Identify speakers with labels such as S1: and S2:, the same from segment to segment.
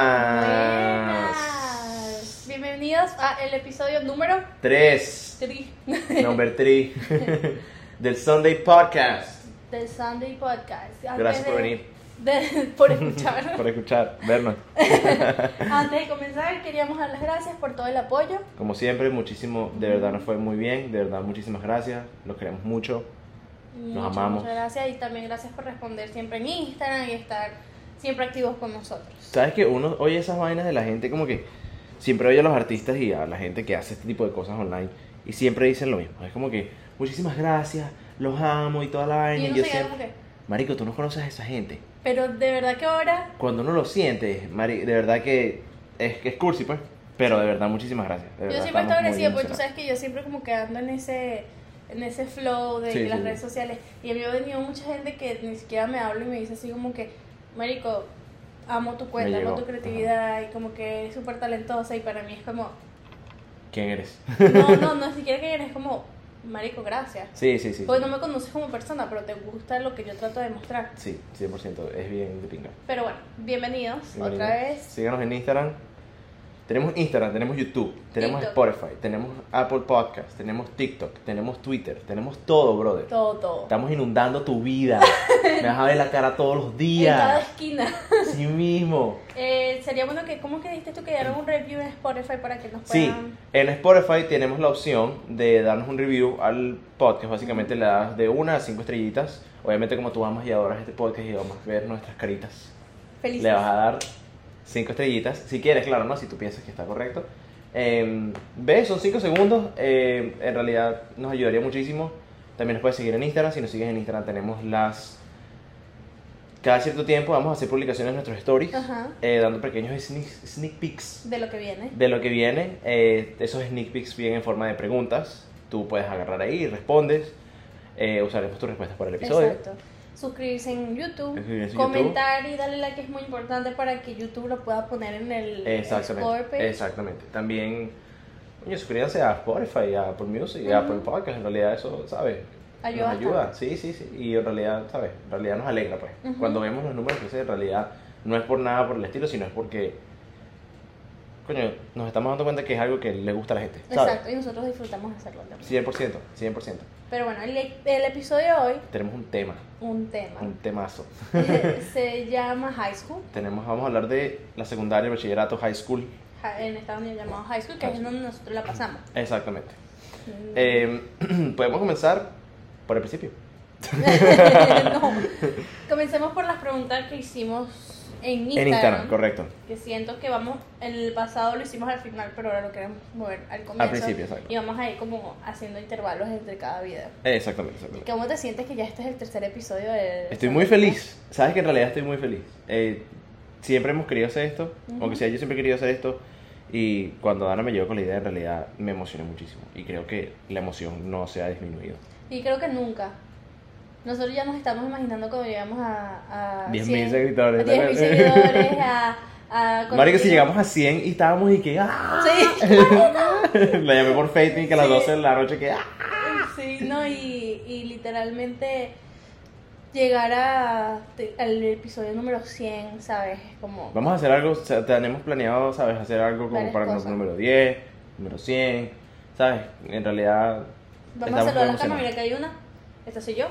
S1: Buenas.
S2: Buenas. Bienvenidos a el episodio número
S1: Tres.
S2: 3
S1: Number three. del Sunday Podcast.
S2: del Sunday Podcast. Antes
S1: Gracias por
S2: de-
S1: venir.
S2: de- por escuchar.
S1: Por escuchar, vernos.
S2: Antes de comenzar, queríamos dar las gracias por todo el apoyo.
S1: Como siempre, muchísimo, de verdad nos fue muy bien, de verdad muchísimas gracias, los queremos mucho.
S2: Muchas,
S1: amamos.
S2: Muchas gracias y también gracias por responder siempre en Instagram y estar siempre activos con nosotros.
S1: Sabes que uno oye esas vainas de la gente como que siempre oye a los artistas y a la gente que hace este tipo de cosas online y siempre dicen lo mismo, es como que muchísimas gracias, los amo y toda la vaina
S2: Y
S1: y
S2: uno
S1: yo
S2: se queda como
S1: siempre,
S2: que,
S1: marico, tú no conoces a esa gente.
S2: pero de verdad que ahora
S1: cuando uno lo siente, Mari, de verdad que es, que es cursi, pues. Pero de verdad, muchísimas gracias. De verdad,
S2: yo siempre estoy
S1: estamos muy
S2: agradecida porque tú
S1: emocionados.
S2: sabes que yo siempre como quedando en ese en ese flow de
S1: Sí,
S2: las
S1: sí,
S2: redes
S1: sí.
S2: sociales y a mí me ha venido mucha gente que ni siquiera me habla y me dice así como que marico amo tu cuenta
S1: llegó,
S2: amo tu creatividad y como que eres súper talentosa y para mí es como
S1: ¿Quién eres?
S2: no no no siquiera que eres como marico gracias
S1: Sí, sí, sí.
S2: porque Pues no me conoces como persona pero te gusta lo que yo trato de mostrar
S1: Sí, 100%. Es bien de pinga.
S2: pero bueno bienvenidos
S1: Bienvenidos.
S2: otra vez
S1: Síganos en Instagram. Tenemos Instagram, tenemos YouTube, tenemos
S2: TikTok.
S1: Spotify, tenemos Apple Podcast, tenemos TikTok, tenemos Twitter, tenemos todo, brother.
S2: todo todo
S1: Estamos inundando tu vida. Me vas a ver la cara todos los
S2: en cada
S1: días.
S2: esquina
S1: Sí mismo.
S2: Eh, sería bueno que, ¿cómo que diste tú que dieron un review en Spotify para que nos
S1: Sí,
S2: puedan...
S1: en Spotify tenemos la opción de darnos un review al podcast. Básicamente le das de una a cinco estrellitas. Obviamente, como tú amas y adoras este podcast y amas ver nuestras caritas,
S2: Felices.
S1: le vas a dar cinco estrellitas. Si quieres, claro, ¿no? Si tú piensas que está correcto. Eh, ¿Ves? Son cinco segundos. Eh, en realidad nos ayudaría muchísimo. También nos puedes seguir en Instagram. Si nos sigues en Instagram, tenemos las. Cada cierto tiempo vamos a hacer publicaciones de nuestros stories,
S2: Ajá.
S1: eh, dando pequeños sneak, sneak peeks
S2: De lo que viene.
S1: de lo que viene. eh, esos sneak peeks vienen en forma de preguntas. Tú puedes agarrar ahí y respondes. Eh, usaremos tus respuestas para el episodio.
S2: Exacto. Suscribirse en YouTube,
S1: Suscribirse en
S2: comentar y darle like es muy importante para que YouTube lo pueda poner en el Explore
S1: Exactamente.
S2: page.
S1: Exactamente. También, coño, suscríbanse a Spotify, a Apple Music,
S2: Ujú.
S1: a Apple Podcast. En realidad eso, ¿sabes?
S2: Ayuda
S1: Nos ayuda. Sí, sí, sí. Y en realidad, ¿sabes? En realidad nos alegra, pues.
S2: Ujú.
S1: Cuando vemos los números que se, en realidad no es por nada por el estilo, sino es porque, coño, nos estamos dando cuenta que es algo que le gusta a la gente. ¿sabes?
S2: Exacto, y nosotros disfrutamos hacerlo también.
S1: 100%, 100%.
S2: Pero bueno, el, el episodio de hoy,
S1: Tenemos un tema,
S2: un tema, Eh,
S1: un temazo.
S2: se llama High School,
S1: Tenemos, vamos a hablar de la secundaria, bachillerato, high school.
S2: ja- en Estados Unidos llamado High School, que
S1: High
S2: es donde nosotros la pasamos.
S1: Exactamente. Eh, podemos comenzar por el principio.
S2: no. Comencemos por las preguntas que hicimos en Instagram.
S1: En Instagram, correcto.
S2: Que siento que vamos, el pasado lo hicimos al final, pero ahora lo queremos mover al comienzo.
S1: Al principio, exacto.
S2: Y vamos a ir como haciendo intervalos entre cada video.
S1: Exactamente,
S2: ¿Y
S1: exactamente.
S2: ¿Cómo te sientes que ya este es el tercer episodio de...
S1: Estoy muy feliz. Sabes que en realidad estoy muy feliz. Eh, siempre hemos querido hacer esto,
S2: Ujú.
S1: aunque sea yo siempre he querido hacer esto. Y cuando Dana me llegó con la idea, en realidad me emocioné muchísimo. Y creo que la emoción no se ha disminuido.
S2: Y creo que nunca. Nosotros ya nos estamos imaginando cuando llegamos a... a
S1: 10.000
S2: 100,
S1: seguidores.
S2: A 10.000 seguidores, a... a
S1: Marico, si
S2: conseguir-
S1: llegamos a 100 y estábamos y que. ¡ah!
S2: Sí.
S1: la llamé por Facebook que a las
S2: Sí.
S1: 12 de la noche que. ¡ah!
S2: Sí, no, y, y literalmente llegar a, te- al episodio número 100, ¿sabes? Como...
S1: Vamos a hacer algo, o sea, tenemos planeado, ¿sabes? Hacer algo como
S2: Varias
S1: para el
S2: cosas.
S1: número 10, número 1ien, ¿sabes? En realidad.
S2: Vamos
S1: estamos
S2: a saludar
S1: muy
S2: a la cámara,
S1: emocionados.
S2: mira que hay una. Esta soy yo,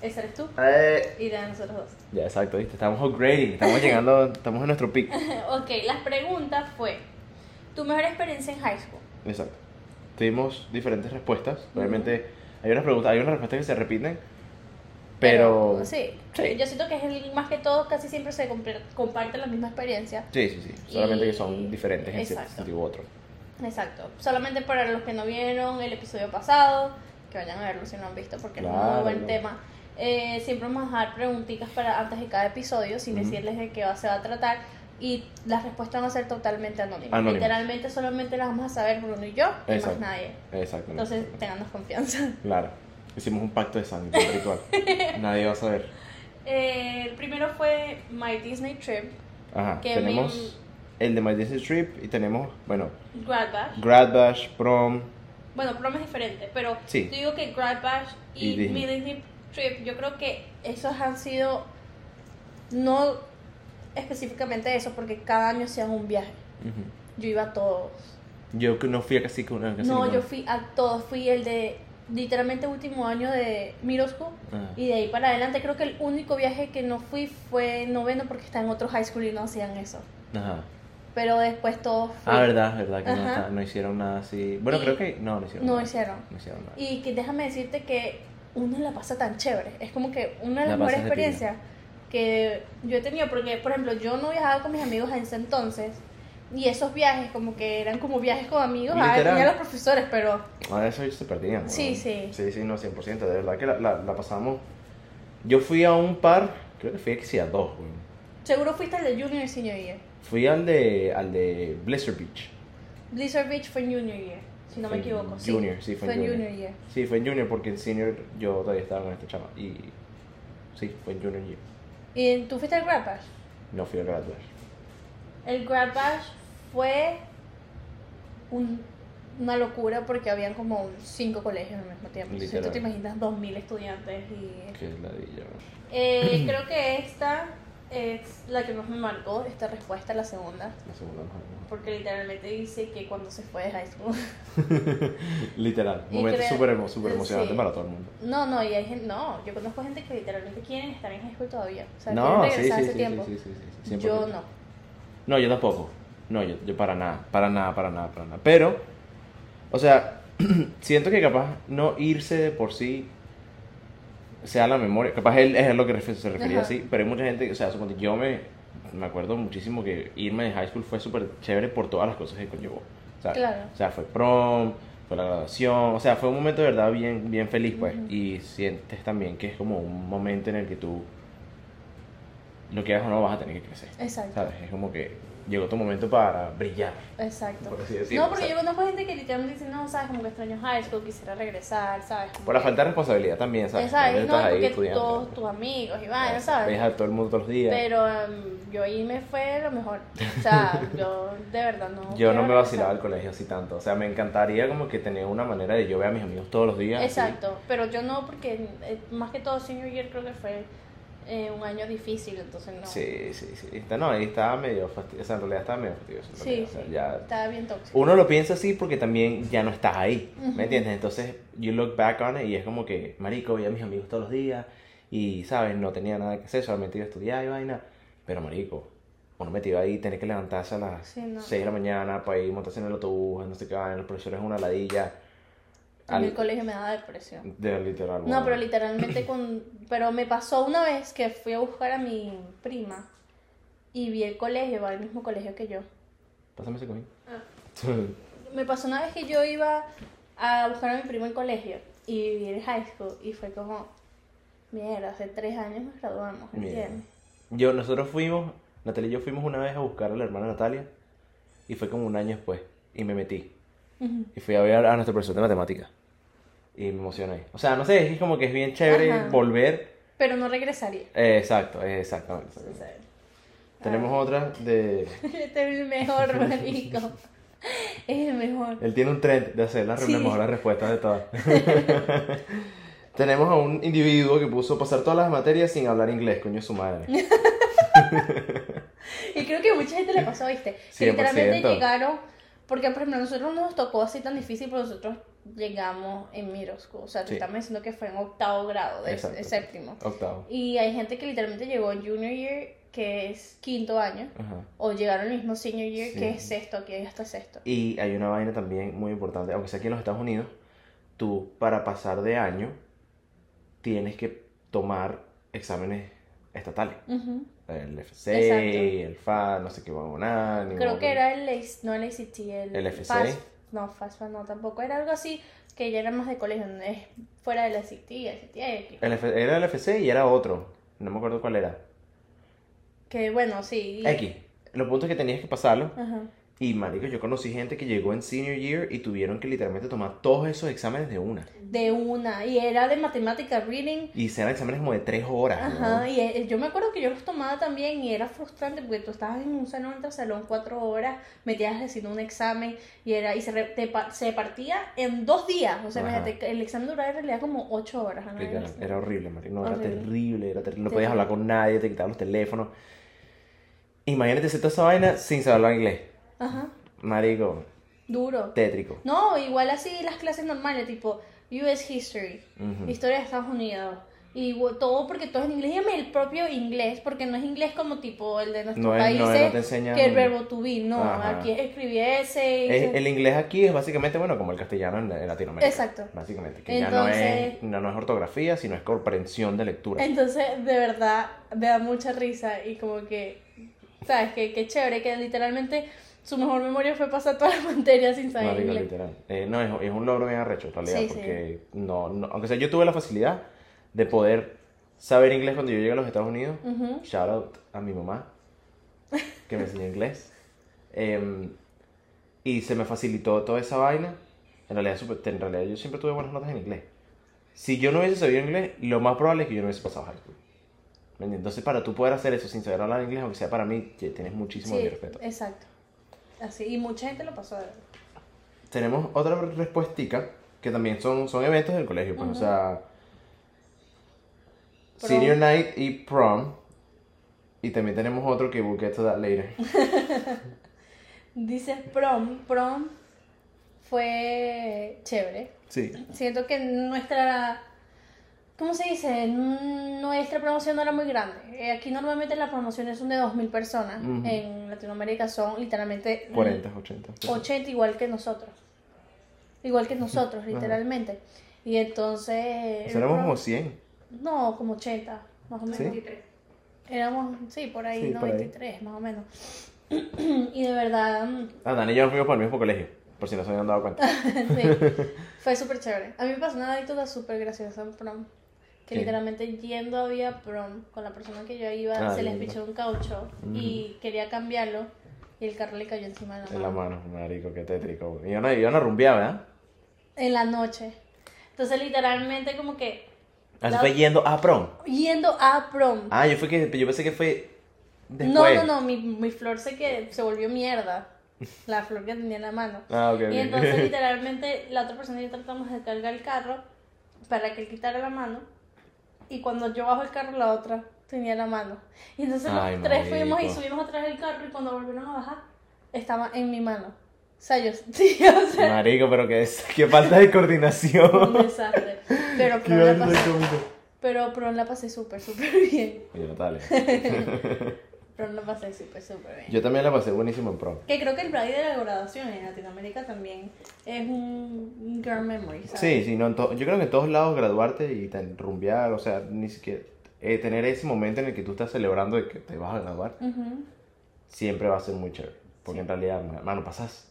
S2: esa eres tú
S1: Eh,
S2: y de nosotros dos.
S1: Ya, exacto, ¿viste? Estamos upgrading, estamos llegando, estamos en nuestro pico.
S2: Ok, las preguntas fue, ¿tu mejor experiencia en high school?
S1: Exacto. Tuvimos diferentes respuestas. Obviamente, hay unas preguntas, hay unas respuestas que se repiten, pero.
S2: sí,
S1: sí.
S2: yo siento que es el, más que todo, casi siempre se compre- comparte la misma experiencia.
S1: Sí, sí, sí. Solamente que
S2: Y-
S1: son diferentes en cierto
S2: exacto.
S1: sentido u otro.
S2: Exacto. Solamente para los que no vieron el episodio pasado, que vayan a verlo si no han visto, porque es un muy
S1: Claro.
S2: buen tema. Eh, siempre vamos a dejar preguntitas para antes de cada episodio, sin
S1: Ujú.
S2: decirles de qué va, se va a tratar. Y las respuestas van a ser totalmente anónimas.
S1: Anónimas.
S2: Literalmente solamente las vamos a saber Bruno y yo, y más
S1: Exacto.
S2: nadie.
S1: Exactamente.
S2: Entonces, tenganos confianza.
S1: Claro. Hicimos un pacto de sangre, un ritual. Nadie va a saber.
S2: Eh, el primero fue My Disney Trip,
S1: Ajá,
S2: Que
S1: tenemos el de My Disney Trip y tenemos, bueno,
S2: Grad Bash.
S1: Grad Bash, Prom.
S2: Bueno, prom es diferente, pero
S1: Sí.
S2: yo digo que Grad Bash y,
S1: Y Disney.
S2: mi Disney Trip, yo creo que esos han sido no específicamente eso porque cada año hacían un viaje.
S1: Ujú.
S2: Yo iba a todos.
S1: Yo que no fui a casi que una. casi
S2: no,
S1: ninguna.
S2: yo fui a todos. Fui el de literalmente último año de middle school.
S1: Ah.
S2: Y de ahí para adelante creo que el único viaje que no fui fue noveno porque está en otro high school y no hacían eso.
S1: Ajá.
S2: Pero después todos fui.
S1: Ah, verdad, verdad, que no,
S2: Ajá.
S1: está- no hicieron nada así. Bueno,
S2: Y-
S1: creo que no, no hicieron
S2: No
S1: nada.
S2: hicieron.
S1: No hicieron nada.
S2: Y que déjame decirte que uno la pasa tan chévere. Es como que una de
S1: La
S2: las mejores
S1: pasas de pinga.
S2: experiencias que yo he tenido. Porque, por ejemplo, yo no viajaba con mis amigos en ese entonces. Y esos viajes, como que eran como viajes con amigos. Ah,
S1: Literal.
S2: tenía los profesores, pero
S1: A Ah, eso se perdían. ¿no?
S2: Sí, sí.
S1: Sí, sí, no, 100%. De verdad que la, la, la pasamos. Yo fui a un par, creo que fui que sí, a dos, güey.
S2: seguro fuiste al de Junior y Senior Year.
S1: Fui al de, al de Blizzard Beach.
S2: Blizzard Beach fue en Junior Year, si no
S1: Fue
S2: me
S1: en
S2: equivoco.
S1: Junior, sí, fue en
S2: en
S1: Junior.
S2: Junior Year.
S1: Sí, fue en Junior porque en Senior yo todavía estaba con esta chama. Y. Sí, fue en Junior year.
S2: ¿Y tú fuiste al Grad Bash?
S1: No fui a graduar.
S2: El Grad Bash fue un- una locura porque habían como cinco colegios al mismo tiempo. Entonces,
S1: Literal.
S2: tú te imaginas 2.000 estudiantes y...
S1: Que es la de ella,
S2: Eh, creo que esta es la que más me marcó, esta respuesta, la segunda.
S1: La segunda mejor. ¿no?
S2: Porque literalmente dice que cuando se fue de high school...
S1: Literal.
S2: Y
S1: Momento
S2: creo-
S1: súper emo- súper
S2: sí.
S1: emocionante para todo el mundo.
S2: No, no, y hay gente... No, yo conozco gente que literalmente quieren estar en high school todavía. O sea,
S1: no,
S2: quieren
S1: sí, sí,
S2: regresar a
S1: sí,
S2: ese tiempo.
S1: sí, sí, sí, sí, 100%.
S2: Yo no.
S1: No, yo tampoco. No, yo, yo para nada, para nada, para nada, para nada. Pero, o sea, siento que capaz no irse de por sí sea la memoria. Capaz él es a lo que refe- se refería
S2: Ajá.
S1: así, pero hay mucha gente, o sea, suponte, yo me, me acuerdo muchísimo que irme de high school fue súper chévere por todas las cosas que conllevó. O sea,
S2: Claro.
S1: o sea, fue prom, fue la graduación, o sea, fue un momento de verdad bien, bien feliz, pues.
S2: Ujú.
S1: Y sientes también que es como un momento en el que tú, lo que hagas o no, vas a tener que crecer.
S2: Exacto.
S1: ¿Sabes? Es como que llegó tu momento para brillar.
S2: Exacto.
S1: Por así decirlo,
S2: no, porque
S1: o sea.
S2: yo conozco gente que literalmente dice, no, sabes, como que extraño high school, quisiera regresar, ¿sabes? Como
S1: Por la
S2: que-
S1: falta de responsabilidad también, ¿sabes?
S2: Exacto,
S1: También
S2: no,
S1: estás ahí
S2: porque
S1: estudiando.
S2: todos tus amigos y vaina,
S1: Exacto. Ves
S2: ¿sabes?
S1: a todo el mundo todos los días.
S2: Pero em, yo ahí me fue lo mejor. O sea, yo de verdad no.
S1: yo no
S2: quiero
S1: me vacilaba el
S2: regresar.
S1: colegio así tanto. O sea, me encantaría como que tener una manera de yo ver a mis amigos todos los días. así.
S2: Exacto, pero yo no, porque eh, más que todo senior year creo que fue eh, un año difícil, entonces no.
S1: Sí, sí, sí. Está, no, ahí estaba medio fastidioso. O sea, en realidad estaba medio fastidioso. en
S2: Sí,
S1: realidad. O sea,
S2: sí,
S1: ya-
S2: estaba bien tóxico.
S1: Uno lo piensa así porque también ya no estás ahí,
S2: Ujú.
S1: ¿me entiendes? Entonces, you look back on it y es como que, marico, veía a mis amigos todos los días y, ¿sabes? No tenía nada que hacer, solamente iba a estudiar y vaina. Pero, marico, uno metido ahí, tener que levantarse a las
S2: Sí, no.
S1: 6 de la mañana para ir, montarse en el autobús, no sé qué, vaina, los profesores una ladilla.
S2: A mí el
S1: Al,
S2: colegio me daba depresión.
S1: de literal.
S2: No,
S1: bueno.
S2: pero literalmente con... Pero me pasó una vez que fui a buscar a mi prima y vi el colegio, va al mismo colegio que yo.
S1: Pásame ese cojín.
S2: Ah. Me pasó una vez que yo iba a buscar a mi primo en colegio y vi el high school y fue como, mierda, hace tres años nos graduamos,
S1: Mira.
S2: ¿entiendes?
S1: Yo, nosotros fuimos, Natalia y yo fuimos una vez a buscar a la hermana Natalia y fue como un año después y me metí.
S2: Ujú.
S1: Y fui a ver a nuestro profesor de matemáticas. Y me emocioné. O sea, no sé, es como que es bien chévere
S2: Ajá.
S1: volver.
S2: Pero no regresaría.
S1: Eh, exacto, eh, exactamente.
S2: O
S1: exactamente.
S2: sea, Ah.
S1: Tenemos otra de...
S2: Este es el mejor, marico. Es el mejor.
S1: Él tiene un trend de hacer las
S2: Sí.
S1: las mejores respuestas de todas. Tenemos a un individuo que puso pasar todas las materias sin hablar inglés, coño su madre.
S2: Y creo que a mucha gente le pasó, ¿viste? Que
S1: 100%.
S2: literalmente llegaron, porque por ejemplo, a nosotros no nos tocó así tan difícil, pero nosotros llegamos en middle school. O sea, te
S1: Sí.
S2: estamos diciendo que fue en octavo grado, de,
S1: Exacto.
S2: de séptimo.
S1: Octavo.
S2: Y hay gente que literalmente llegó en junior year, que es quinto año,
S1: Ajá.
S2: o llegaron el mismo senior year,
S1: Sí.
S2: que es sexto, que es hasta sexto.
S1: Y hay una vaina también muy importante, aunque sea aquí en los Estados Unidos, tú para pasar de año tienes que tomar exámenes estatales.
S2: Ujú.
S1: El FC,
S2: Exacto.
S1: el FA, no sé qué huevonada, ni
S2: Creo
S1: huevón.
S2: que era el, ACE no el ACT, el,
S1: ¿El FCA?
S2: FAS- no, FASFA no tampoco, era algo así que ya era más de colegio, no es fuera del ACT, ACT, que-
S1: El F- era el FC y era otro. No me acuerdo cuál era.
S2: que bueno, sí. y-
S1: X. Los puntos que tenías que pasarlo.
S2: Ajá.
S1: Y marico, yo conocí gente que llegó en senior year y tuvieron que literalmente tomar todos esos exámenes de una.
S2: De una, y era de matemática reading.
S1: Y eran exámenes como de tres horas.
S2: Ajá,
S1: ¿no?
S2: y eh, yo me acuerdo que yo los tomaba también y era frustrante porque tú estabas en un salón tras salón cuatro horas, metías haciendo un examen y era y se, re- te pa- se partía en dos días. O sea,
S1: Ajá.
S2: imagínate, que el examen duraba en realidad como ocho horas. ¿no?
S1: Literal, Era horrible, marico. No, era
S2: Horrible.
S1: terrible, era terrible. No
S2: Terrible.
S1: podías hablar con nadie, te quitaban los teléfonos. Imagínate hacer toda esa vaina sin saber hablar inglés.
S2: Ajá.
S1: Marico,
S2: Duro.
S1: tétrico.
S2: No, igual así las clases normales, tipo US History,
S1: Ujú.
S2: Historia de Estados Unidos. Y gu- todo porque todo es en inglés. Dígame el propio inglés, porque no es inglés como tipo el de nuestros
S1: No es- no,
S2: países,
S1: no te enseñan-
S2: que el verbo to be, no.
S1: Ajá.
S2: Aquí es escribir ese. y
S1: Es-
S2: se-
S1: el inglés aquí es básicamente, bueno, como el castellano en, en Latinoamérica.
S2: Exacto.
S1: Básicamente, que
S2: Entonces-
S1: ya no es, no, no es ortografía, sino es comprensión de lectura.
S2: Entonces, de verdad, me da mucha risa y como que, ¿sabes? Que, que chévere, que literalmente su mejor memoria fue pasar todas las materias sin saber
S1: Marico,
S2: inglés.
S1: literal. Eh, no, es, es un logro bien arrecho, en realidad,
S2: Sí, sí.
S1: porque No, no, aunque sea, yo tuve la facilidad de poder saber inglés cuando yo llegué a los Estados Unidos.
S2: Ujú.
S1: Shout out a mi mamá, que me enseñó inglés. Em, y se me facilitó toda esa vaina. En realidad, supe- en realidad yo siempre tuve buenas notas en inglés. Si yo no hubiese sabido inglés, lo más probable es que yo no hubiese pasado high school. ¿Me entiendes? Entonces, para tú poder hacer eso sin saber hablar inglés, aunque sea para mí, que tienes muchísimo de
S2: Sí,
S1: mi respeto.
S2: exacto. Así, y mucha gente lo pasó de verdad.
S1: Tenemos otra respuestica, que también son, son eventos del colegio, pues, o
S2: Ujú.
S1: sea...
S2: Prom.
S1: Senior Night y Prom. Y también tenemos otro que we'll get to that later.
S2: Dices prom, prom fue chévere.
S1: Sí.
S2: Siento que nuestra, ¿cómo se dice? Nuestra promoción no era muy grande. Eh, Aquí normalmente las promociones son de 2.000 personas.
S1: Ujú.
S2: En Latinoamérica son literalmente
S1: 40, 80.
S2: 80 igual que nosotros. Igual que nosotros, literalmente. Y entonces...
S1: O sea, éramos como 100.
S2: No, como 80, más o menos.
S1: ¿Sí?
S3: 23.
S2: Éramos, sí, por ahí,
S1: Sí, por ahí.
S2: 93, más o menos. y de verdad, mm,
S1: Ah, Dani y yo nos fuimos para el mismo colegio, por si no se habían dado cuenta.
S2: sí, fue súper chévere. A mí me pasó una anécdota súper graciosa en prom.
S1: ¿Qué?
S2: Que literalmente yendo había prom con la persona que yo iba,
S1: Ah,
S2: se les
S1: lindo. Mm.
S2: pichó un caucho y quería cambiarlo y el carro le cayó encima de la
S1: en
S2: mano.
S1: la mano, marico, qué tétrico. Y yo no, yo no rumbeaba, ¿eh? ¿verdad?
S2: En la noche. Entonces literalmente como que
S1: Ah,
S2: La-
S1: fue yendo a prom.
S2: yendo a prom.
S1: Ah, yo, fue que, yo pensé que fue
S2: no,
S1: después.
S2: no, no, mi, mi flor se, que, se volvió mierda. La flor que tenía en la mano.
S1: Ah, ok, ok.
S2: Y entonces literalmente la otra persona y yo tratamos de cargar el carro para que él quitara la mano. Y cuando yo bajo el carro, la otra tenía la mano. Y entonces los
S1: Ay,
S2: tres fuimos y
S1: marico.
S2: subimos atrás del carro y cuando volvieron a bajar, estaba en mi mano. O sea, yo, sí, o sea,
S1: Marico, pero qué, es- qué falta de coordinación.
S2: un desastre. Pero
S1: Qué
S2: prom la
S1: barrio
S2: pasé,
S1: cómico.
S2: pero prom la pasé súper, súper bien.
S1: Oye, Natalia,
S2: Prom la pasé súper, súper bien.
S1: Yo también la pasé buenísimo en prom.
S2: Que creo que el Pride de la graduación en Latinoamérica también es un un girl memory, ¿sabes?
S1: Sí, sí, no, en to- yo creo que en todos lados graduarte y tan- rumbear, o sea, ni siquiera eh, tener ese momento en el que tú estás celebrando de que te vas a graduar,
S2: Ujú.
S1: siempre va a ser muy chévere. Porque
S2: Sí.
S1: en realidad, hermano, pasas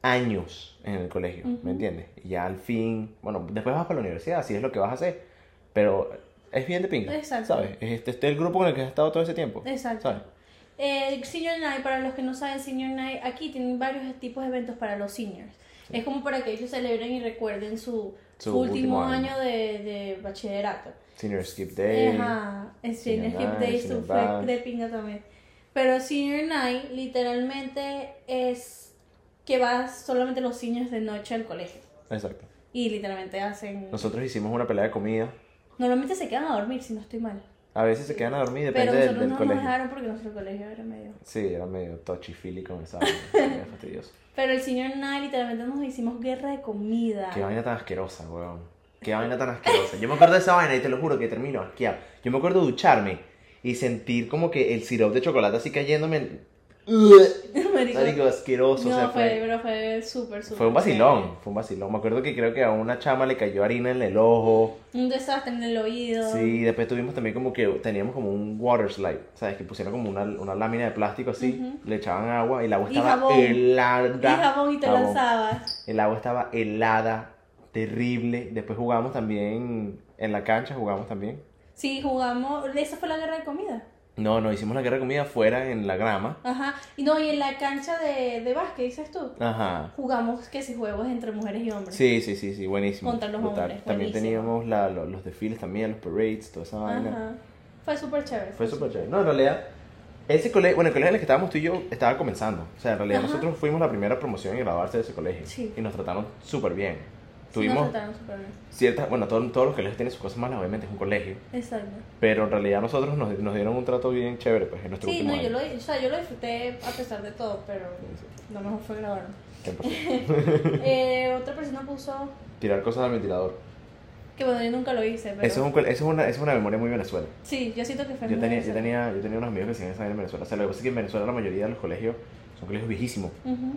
S1: años en el colegio,
S2: Ujú.
S1: ¿me entiendes? Y ya al fin, bueno, después vas para la universidad, así es lo que vas a hacer, pero es bien de pinga,
S2: Exacto.
S1: ¿sabes? Es este, este el grupo con el que has estado todo ese tiempo,
S2: Exacto.
S1: ¿sabes?
S2: El Senior Night, para los que no saben, Senior Night, aquí tienen varios tipos de eventos para los seniors. Es como para que ellos celebren y recuerden su,
S1: Su
S2: su último,
S1: último año.
S2: año, de, de bachillerato. Eh,
S1: Senior Skip Day.
S2: Ajá, el
S1: Senior
S2: Senior Hip
S1: Night,
S2: Day
S1: Senior
S2: su- fue
S1: Bash.
S2: de pinga también. Pero Senior Night literalmente es que vas solamente los seniors de noche al colegio.
S1: Exacto.
S2: Y literalmente hacen...
S1: Nosotros hicimos una pelea de comida.
S2: Normalmente se quedan a dormir, si no estoy mal.
S1: A veces se quedan a dormir, depende
S2: Pero
S1: del,
S2: nosotros
S1: del
S2: no
S1: colegio.
S2: nos dejaron porque nuestro colegio era medio...
S1: Sí, era medio touchy-feely con esa vaina, era fastidioso.
S2: Pero el señor Nile literalmente nos hicimos guerra de comida.
S1: Qué vaina tan asquerosa, weón. Qué vaina tan asquerosa. Yo me acuerdo de esa vaina y te lo juro que termino asqueado. Yo me acuerdo de ducharme y sentir como que el sirope de chocolate así cayéndome en...
S2: Marico.
S1: Marico, asqueroso.
S2: no,
S1: o sea,
S2: fue,
S1: fue,
S2: pero fue súper, súper.
S1: fue un vacilón, fue un vacilón. Me acuerdo que creo que a una chama le cayó harina en el ojo.
S2: chévere. Un desastre en el oído.
S1: Sí, después tuvimos también como que teníamos como un water slide, ¿sabes? Que pusieron como una, una lámina de plástico así,
S2: Ujú.
S1: le echaban agua y el agua
S2: Y
S1: estaba
S2: jabón.
S1: helada.
S2: Y jabón y te
S1: Jabón.
S2: lanzabas.
S1: El agua estaba helada, terrible. Después jugamos también en la cancha, jugamos también.
S2: Sí, jugamos. Esa fue la guerra de comida.
S1: No, no, hicimos la guerra de comida afuera en la grama.
S2: Ajá. Y no, y en la cancha de, de básquet, dices tú.
S1: Ajá.
S2: Jugamos que si juegos entre mujeres y hombres.
S1: Sí, sí, sí, sí, buenísimo.
S2: Contra los hombres,
S1: También
S2: buenísimo.
S1: teníamos la- lo- los desfiles también, los parades, toda esa vaina.
S2: Ajá. Fue súper chévere.
S1: Fue súper chévere. No, en realidad, ese colegio, bueno, el colegio en el que estábamos tú y yo estaba comenzando. O sea, en realidad
S2: Ajá.
S1: nosotros fuimos la primera promoción en graduarse de ese colegio.
S2: Sí.
S1: Y nos trataron súper bien. tuvimos
S2: nos trataron súper bien.
S1: ciertas, bueno, todo- todos los colegios tienen sus cosas malas, obviamente es un colegio,
S2: Exacto.
S1: pero en realidad nosotros nos, nos dieron un trato bien chévere, pues en nuestro
S2: Sí,
S1: último
S2: no, yo lo,
S1: año.
S2: o sea, yo lo disfruté a pesar de todo, pero lo mejor fue grabar.
S1: Sí, 100%.
S2: Eh, otra persona puso
S1: Tirar cosas al ventilador.
S2: que bueno, yo nunca lo hice, pero
S1: Eso, es un, col- eso, es una, eso es una memoria muy Venezuela.
S2: sí, yo siento que fue
S1: Yo
S2: muy
S1: tenía, yo,
S2: necesario.
S1: tenía, yo tenía unos amigos que hacían esa vaina en Venezuela. O sea, lo que pasa es que en Venezuela la mayoría de los colegios son colegios viejísimos
S2: Ujú,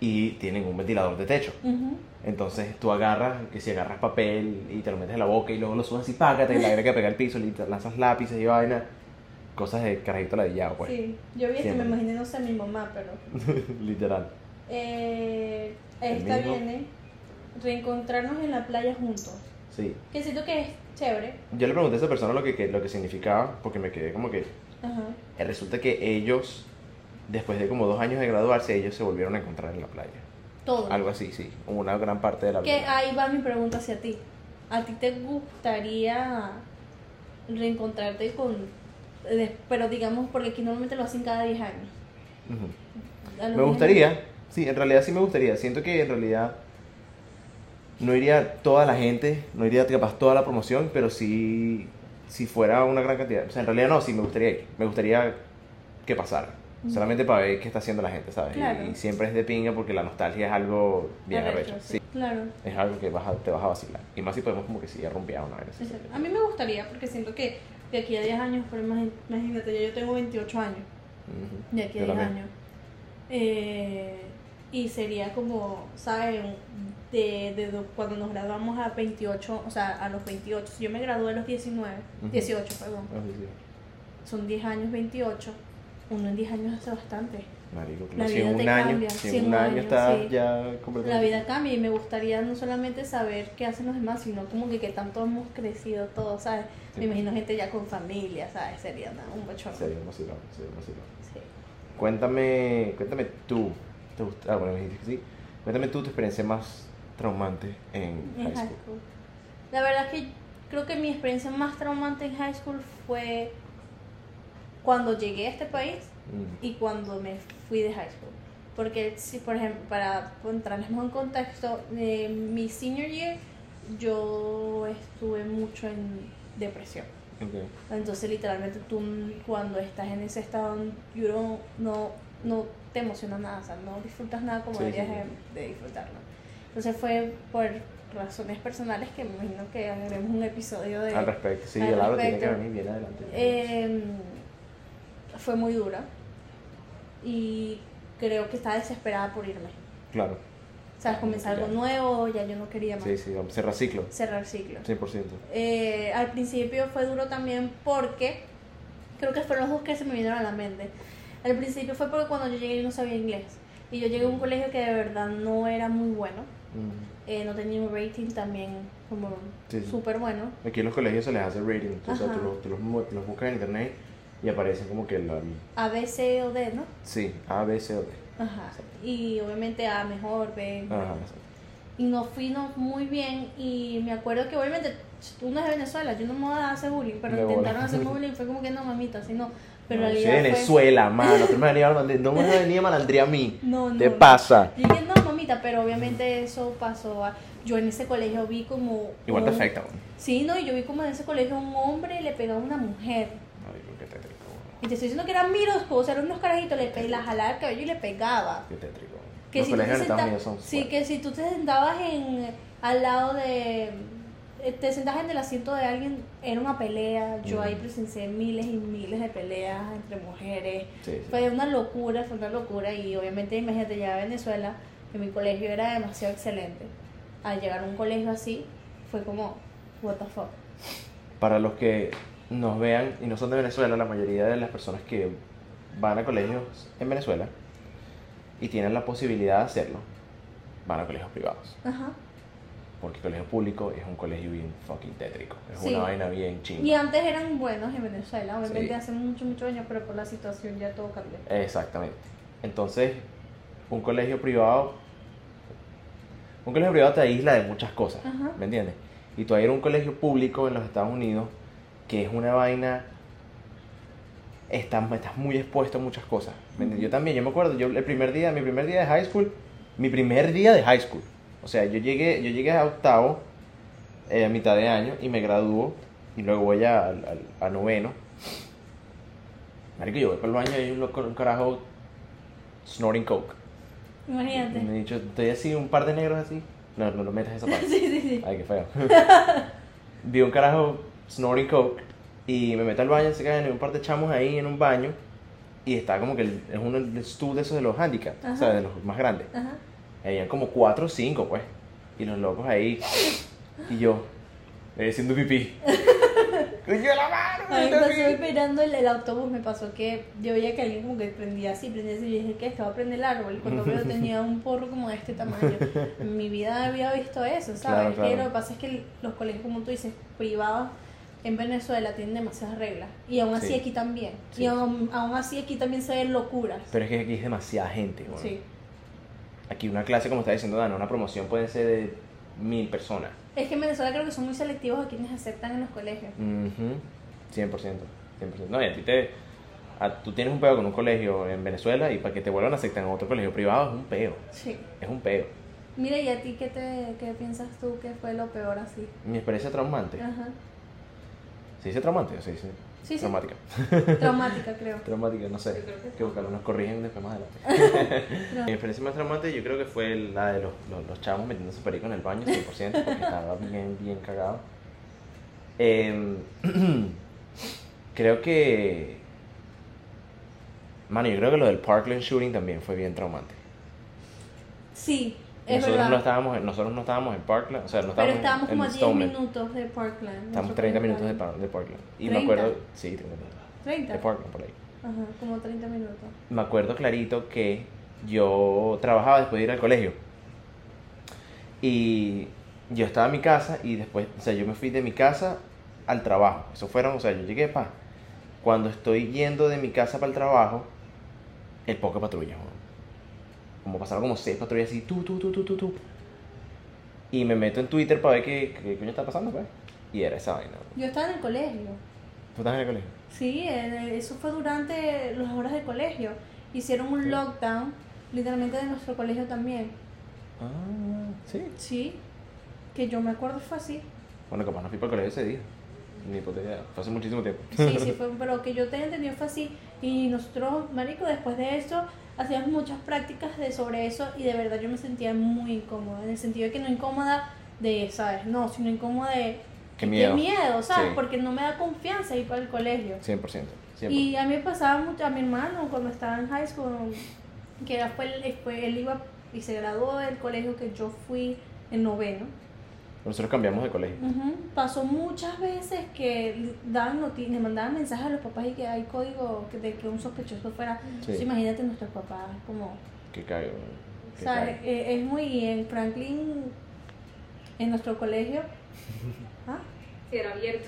S1: y tienen un ventilador de techo.
S2: ujú.
S1: Entonces tú agarras, que si agarras papel y te lo metes en la boca y luego lo subes así, págate, y la aire que pega el piso, le lanzas lápices y vaina. Cosas de carajito ladillado, pues.
S2: Sí, yo vi esto, me
S1: siempre.
S2: imaginé, no sé, mi mamá, pero
S1: Literal.
S2: eh, esta
S1: mismo.
S2: viene reencontrarnos en la playa juntos,
S1: Sí.
S2: que siento que es chévere.
S1: Yo le pregunté a esa persona lo que, que- lo que significaba, porque me quedé como que.
S2: Ajá.
S1: eh, Resulta que ellos, después de como dos años de graduarse, ellos se volvieron a encontrar en la playa.
S2: Todo.
S1: Algo así, sí. Una gran parte de la
S2: Que
S1: vida.
S2: ahí va mi pregunta hacia ti. ¿A ti te gustaría reencontrarte con... de- Pero digamos, porque aquí normalmente lo hacen cada 10 años.
S1: Ujú.
S2: A los
S1: Me
S2: 10
S1: gustaría, sí, en realidad sí me gustaría. Siento que en realidad no iría toda la gente, no iría capaz toda la promoción, pero sí, si fuera una gran cantidad. O sea, en realidad no, sí me gustaría ir. Me gustaría que pasara.
S2: Ujú.
S1: Solamente para ver qué está haciendo la gente, ¿sabes? Y-
S2: Claro.
S1: Y, siempre es de pinga porque la nostalgia es algo bien
S2: Arrecho,
S1: arrecho.
S2: sí. Claro.
S1: sí. Es algo que vas a- te vas a vacilar. Y más si podemos como que sí, arrumpear una vez.
S2: Exacto. A mí me gustaría, porque siento que de aquí a 10 años, pero imagi- imagínate, ya yo tengo 28 años,
S1: Ujú.
S2: de aquí a
S1: Yo
S2: 10
S1: también.
S2: años. Eh, y sería como, ¿sabes? Un- De, de, do- cuando nos graduamos a 28, o sea, a los 28, si yo me gradué a los 19,
S1: Ujú.
S2: 18, perdón,
S1: Ah, sí, sí.
S2: son 10 años 28, uno en 10 años hace bastante.
S1: Marico,
S2: La
S1: claro, si en
S2: vida
S1: un
S2: te
S1: año,
S2: cambia,
S1: si
S2: si
S1: en un año estás
S2: sí.
S1: ya completamente...
S2: La vida cambia y me gustaría no solamente saber qué hacen los demás, sino como que qué tanto hemos crecido todos, ¿sabes?
S1: Sí.
S2: Me imagino gente ya con familia, ¿sabes? Sería nada, un bochorno.
S1: Sería emocionante, sería emocionante.
S2: Sí.
S1: Cuéntame, cuéntame tú. ¿Te gusta? Ah, bueno, me dijiste que sí. Cuéntame tú tu experiencia más traumante en
S2: En
S1: high
S2: high
S1: school.
S2: school. La verdad es que creo que mi experiencia más traumante en high school fue cuando llegué a este país
S1: Mm,
S2: y cuando me fui de high school. Porque, si, por ejemplo, para entrarles más en contexto, eh, mi senior year yo estuve mucho en depresión.
S1: ok.
S2: Entonces, literalmente, tú mm, cuando estás en ese estado, you don't- no, no te emociona nada, o sea, no disfrutas nada como
S1: Sí, sí,
S2: deberías
S1: sí.
S2: De, de disfrutarlo. Entonces, fue por razones personales que me imagino que haremos un episodio de.
S1: Al respecto, sí,
S2: al
S1: el Laura tiene que
S2: respecto.
S1: venir bien adelante.
S2: Eh, fue muy dura y creo que estaba desesperada por irme.
S1: claro,
S2: O sea, comenzar algo
S1: Claro.
S2: nuevo, ya yo no quería más
S1: Ah, sí, sí, vamos, cerrar ciclo,
S2: cerrar ciclos.
S1: 100%.
S2: Eh, al principio fue duro también porque creo que fueron los dos que se me vinieron a la mente. Al principio fue porque cuando yo llegué yo no sabía inglés y yo llegué a un colegio que de verdad no era muy bueno,
S1: Mm.
S2: eh, no tenía un rating también como
S1: Sí, sí.
S2: súper bueno.
S1: Aquí en los colegios se les hace rating, o sea,
S2: Ajá.
S1: tú los, tú los mu- los buscas en internet y aparecen como que la...
S2: A, B, C o D, ¿no?
S1: Sí, A, B, C, o D.
S2: Ajá. Y obviamente A mejor, B.
S1: Ajá,
S2: Y nos fuimos muy bien y me acuerdo que obviamente tú no es de Venezuela, yo no me voy a hacer bullying, pero
S1: De
S2: intentaron
S1: bola.
S2: hacerme bullying, fue como que no, mamita, así no. Pero
S1: no,
S2: en
S1: soy
S2: realidad
S1: de
S2: fue-
S1: Ah, Venezuela, mano, tú me vas a venir a malandre- no me vas a venir a malandría a mí.
S2: No, no.
S1: ¿Te
S2: no.
S1: pasa?
S2: Yo dije, no, mamita, pero obviamente eso pasó. a- Yo en ese colegio vi como.
S1: Igual te
S2: un-
S1: afecta, bueno.
S2: Sí, no, y yo vi como en ese colegio un hombre le pegaba a una mujer.
S1: Marico, qué tétrico, bueno.
S2: Y te estoy diciendo que eran miros, o sea, eran unos carajitos, le pe- la jalaba el cabello y le pegaba.
S1: Qué tétrico. ¿no?
S2: Que
S1: Los
S2: si tú te
S1: colegios en Estados
S2: senta-
S1: Unidos son
S2: Sí,
S1: fuertes.
S2: que si tú te sentabas en, al lado de. eh, Te sentabas en el asiento de alguien, era una pelea. Yo ahí
S1: Mm.
S2: presencié miles y miles de peleas entre mujeres.
S1: Sí, sí.
S2: Fue una locura, fue una locura y obviamente imagínate llegar a Venezuela, que mi colegio era demasiado excelente. Al llegar a un colegio así, fue como, what the fuck.
S1: Para los que nos vean y no son de Venezuela, la mayoría de las personas que van a colegios en Venezuela y tienen la posibilidad de hacerlo, van a colegios privados.
S2: Ajá.
S1: Porque el colegio público es un colegio bien fucking tétrico. Es
S2: Sí.
S1: una vaina bien
S2: Y
S1: chinga.
S2: antes eran buenos en Venezuela, obviamente
S1: Sí.
S2: hace mucho, mucho años, pero por la situación ya todo cambió.
S1: Exactamente. Entonces, un colegio privado. Un colegio privado te aísla de muchas cosas.
S2: Ajá.
S1: ¿Me entiendes? Y tú vas a ir a un colegio público en los Estados Unidos que es una vaina. Estás, estás muy expuesto a muchas cosas. ¿me entiendes? Yo también, yo me acuerdo, yo el primer día, mi primer día de high school, mi primer día de high school, O sea, yo llegué, yo llegué a octavo eh, a mitad de año y me graduó y luego voy a, al- al- a noveno. Marico, yo voy para el baño y hay un, loco- un carajo snorting coke. Y me
S2: Imagínate.
S1: he dicho, estoy así, un par de negros así. No, no lo metas esa parte.
S2: Sí, sí, sí.
S1: Ay, qué feo. Vi un carajo snorting coke y me meto al baño, se caen un par de chamos ahí en un baño y está como que el- es uno de estudio de esos de los handicaps,
S2: Ajá.
S1: o sea, de los más grandes.
S2: Ajá.
S1: Habían como cuatro o cinco, pues. Y los locos ahí. Y yo, eh, haciendo pipí. ¡Coño de la mano!
S2: A mí me
S1: haciendo
S2: pasó
S1: pipí.
S2: esperando el, el autobús, me pasó que yo veía que alguien como que prendía así, prendía así, y yo dije que estaba prender el árbol, cuando veo tenía un porro como de este tamaño. En mi vida había visto eso,
S1: Claro,
S2: ¿sabes?
S1: claro.
S2: Que lo que pasa es que los colegios, como tú dices, privados en Venezuela tienen demasiadas reglas, y aún así
S1: Sí.
S2: aquí también,
S1: Sí.
S2: y aún, aún así aquí también se ven locuras.
S1: Pero es que aquí es demasiada gente, weón.
S2: Sí.
S1: Aquí una clase, como está diciendo Dana, una promoción puede ser de mil personas.
S2: Es que en Venezuela creo que son muy selectivos a quienes aceptan en los colegios.
S1: Ujú, 100%. 100%. No, y a ti te. a- tú tienes un peo con un colegio en Venezuela y para que te vuelvan a aceptar en otro colegio privado es un peo.
S2: Sí.
S1: Es un peo.
S2: Mira, ¿y a ti qué, te, qué piensas tú que fue lo peor así?
S1: Mi experiencia traumante.
S2: Ajá.
S1: ¿Se dice traumante o se dice
S2: Ah. Sí, sí.
S1: traumática?
S2: Traumática, creo.
S1: Traumática, no sé.
S2: Yo creo que
S1: Que buscarlo, nos corrigen después más adelante. Mi experiencia más traumante yo creo que fue la de los, los, los chavos metiéndose perico en el baño, 100%, porque estaba bien, bien cagado. Em, creo que... Mano, yo creo que lo del Parkland shooting también fue bien traumante.
S2: Sí, es
S1: nosotros,
S2: verdad.
S1: No estábamos, en- nosotros no estábamos en Parkland, o sea, no
S2: pero
S1: estábamos en- en,
S2: estábamos como a 10
S1: Stoneman.
S2: minutos de Parkland.
S1: Estábamos
S2: nuestro
S1: 30
S2: primer
S1: minutos de,
S2: plan.
S1: Par- de Parkland. Y me
S2: 30.
S1: acuerdo... Sí, 30 minutos. De
S2: 30.
S1: Parkland, por ahí.
S2: Ajá, como 30 minutos.
S1: me acuerdo clarito que yo trabajaba después de ir al colegio. Y yo estaba en mi casa y después, o sea, yo me fui de mi casa al trabajo. Eso fueron, o sea, yo llegué pa. Cuando estoy yendo de mi casa para el trabajo, el poco patrulla, weón. Como pasaron como seis patrullas así, tú, tú, tú, tú, tú, tú. Y me meto en Twitter para ver qué, qué coño está pasando, pues. Y era esa vaina. weón.
S2: Yo estaba en el colegio.
S1: ¿Tú estás en el colegio?
S2: Sí, eh, eso fue durante las horas del colegio. Hicieron un
S1: Sí.
S2: lockdown, literalmente de nuestro colegio también.
S1: Ah, sí.
S2: Sí, que yo me acuerdo fue así.
S1: Bueno, capaz no fui para el colegio ese día. Ni puta idea. Fue hace muchísimo tiempo.
S2: Sí, sí, fue, pero que yo tenía entendido fue así. Y nosotros, Marico, después de eso, hacíamos muchas prácticas de, sobre eso y de verdad yo me sentía muy incómoda. En el sentido de que no incómoda de, ¿sabes? No, sino incómoda de.
S1: Qué miedo.
S2: Qué miedo, ¿sabes?
S1: Sí.
S2: Porque no me da confianza ir para el colegio.
S1: 100%. 100%.
S2: Y a mí me pasaba mucho, a mi hermano cuando estaba en high school, que era, fue, el- fue- él iba y se graduó del colegio que yo fui en noveno.
S1: Nosotros cambiamos de colegio.
S2: Ujú. Pasó muchas veces que daban noti- le mandaban mensajes a los papás y que hay código que- de que un sospechoso fuera. Entonces, imagínate nuestros papás, como,
S1: Que cago. Que
S2: ¿sabes?
S1: cago.
S2: Eh, es muy. y en Franklin, en nuestro colegio. ¿ah?
S3: Sí, era abierto.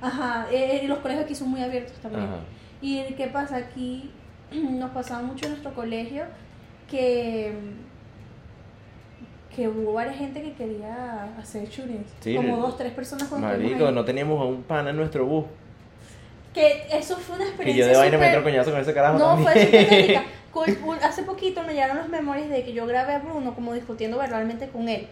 S2: Ajá, eh, eh, los colegios aquí son muy abiertos también.
S1: Ajá.
S2: ¿Y qué pasa? Aquí nos pasaba mucho en nuestro colegio que, que hubo varias gente que quería hacer shootings.
S1: Sí.
S2: Como dos, tres personas cuando estuvimos
S1: Marico,
S2: ahí.
S1: no teníamos a un pana en nuestro bus.
S2: Que eso fue una
S1: Que
S2: experiencia.
S1: yo de vaina me
S2: súper-
S1: entro coñazo con ese carajo.
S2: No, fue
S1: también.
S2: súper técnica. Col- un- Hace poquito me llegaron las memorias de que yo grabé a Bruno como discutiendo verbalmente con él.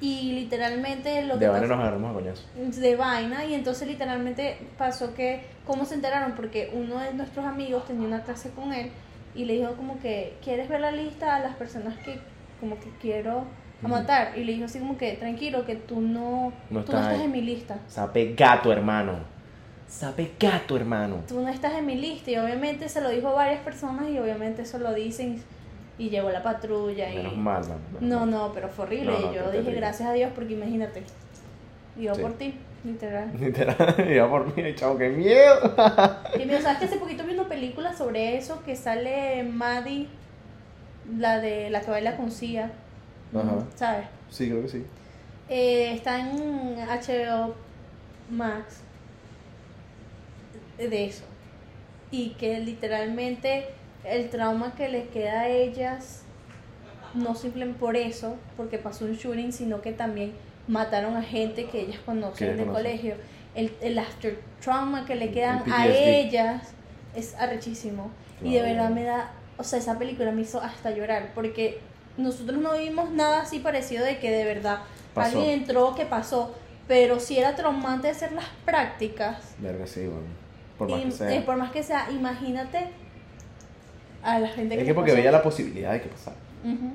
S2: Y literalmente lo que
S1: De vaina
S2: pasó-
S1: nos agarramos a coñazo.
S2: de vaina y entonces literalmente pasó que cómo se enteraron porque uno de nuestros amigos tenía una clase con él y le dijo como que quieres ver la lista a las personas que como que quiero a
S1: Ujú.
S2: matar y le dijo así como que tranquilo que tú no,
S1: No
S2: tú no
S1: estás
S2: estás
S1: ahí.
S2: en mi lista
S1: Sape gato, hermano. Sape gato, hermano.
S2: tú no estás en mi lista y obviamente se lo dijo a varias personas y obviamente eso lo dicen y llegó la patrulla y
S1: Menos mal, mano. menos
S2: no
S1: mal.
S2: no pero fue horrible
S1: No, no,
S2: y
S1: qué
S2: yo dije
S1: terrible.
S2: gracias a Dios porque imagínate yo
S1: Sí.
S2: por ti literal
S1: Literal, iba por mí, chavo, qué miedo.
S2: Y mira, sabes que hace poquito vi una película sobre eso que sale Maddie, la de la que baila con Cia.
S1: Ajá.
S2: ¿Sabes?
S1: Sí, creo que sí.
S2: Eh, está en HBO Max de eso. Y que literalmente el trauma que les queda a ellas, no simplemente por eso, porque pasó un shooting, sino que también mataron a gente que ellas
S1: Que
S2: conocen
S1: ellas
S2: del
S1: conocen.
S2: colegio. El, el after trauma que le
S1: El
S2: quedan a
S1: PTSD.
S2: ellas es arrechísimo. Y de
S1: Claro.
S2: verdad me da, o sea, esa película me hizo hasta llorar, porque nosotros no vimos nada así parecido de que de verdad
S1: Pasó.
S2: alguien entró, que pasó, pero sí era traumante hacer las prácticas.
S1: Verga, sí, bueno. Por más
S2: Y,
S1: que sea.
S2: eh, por más que sea, imagínate a la gente
S1: es
S2: le
S1: que porque
S2: pasó.
S1: veía la posibilidad de que pasara.
S2: Ujú.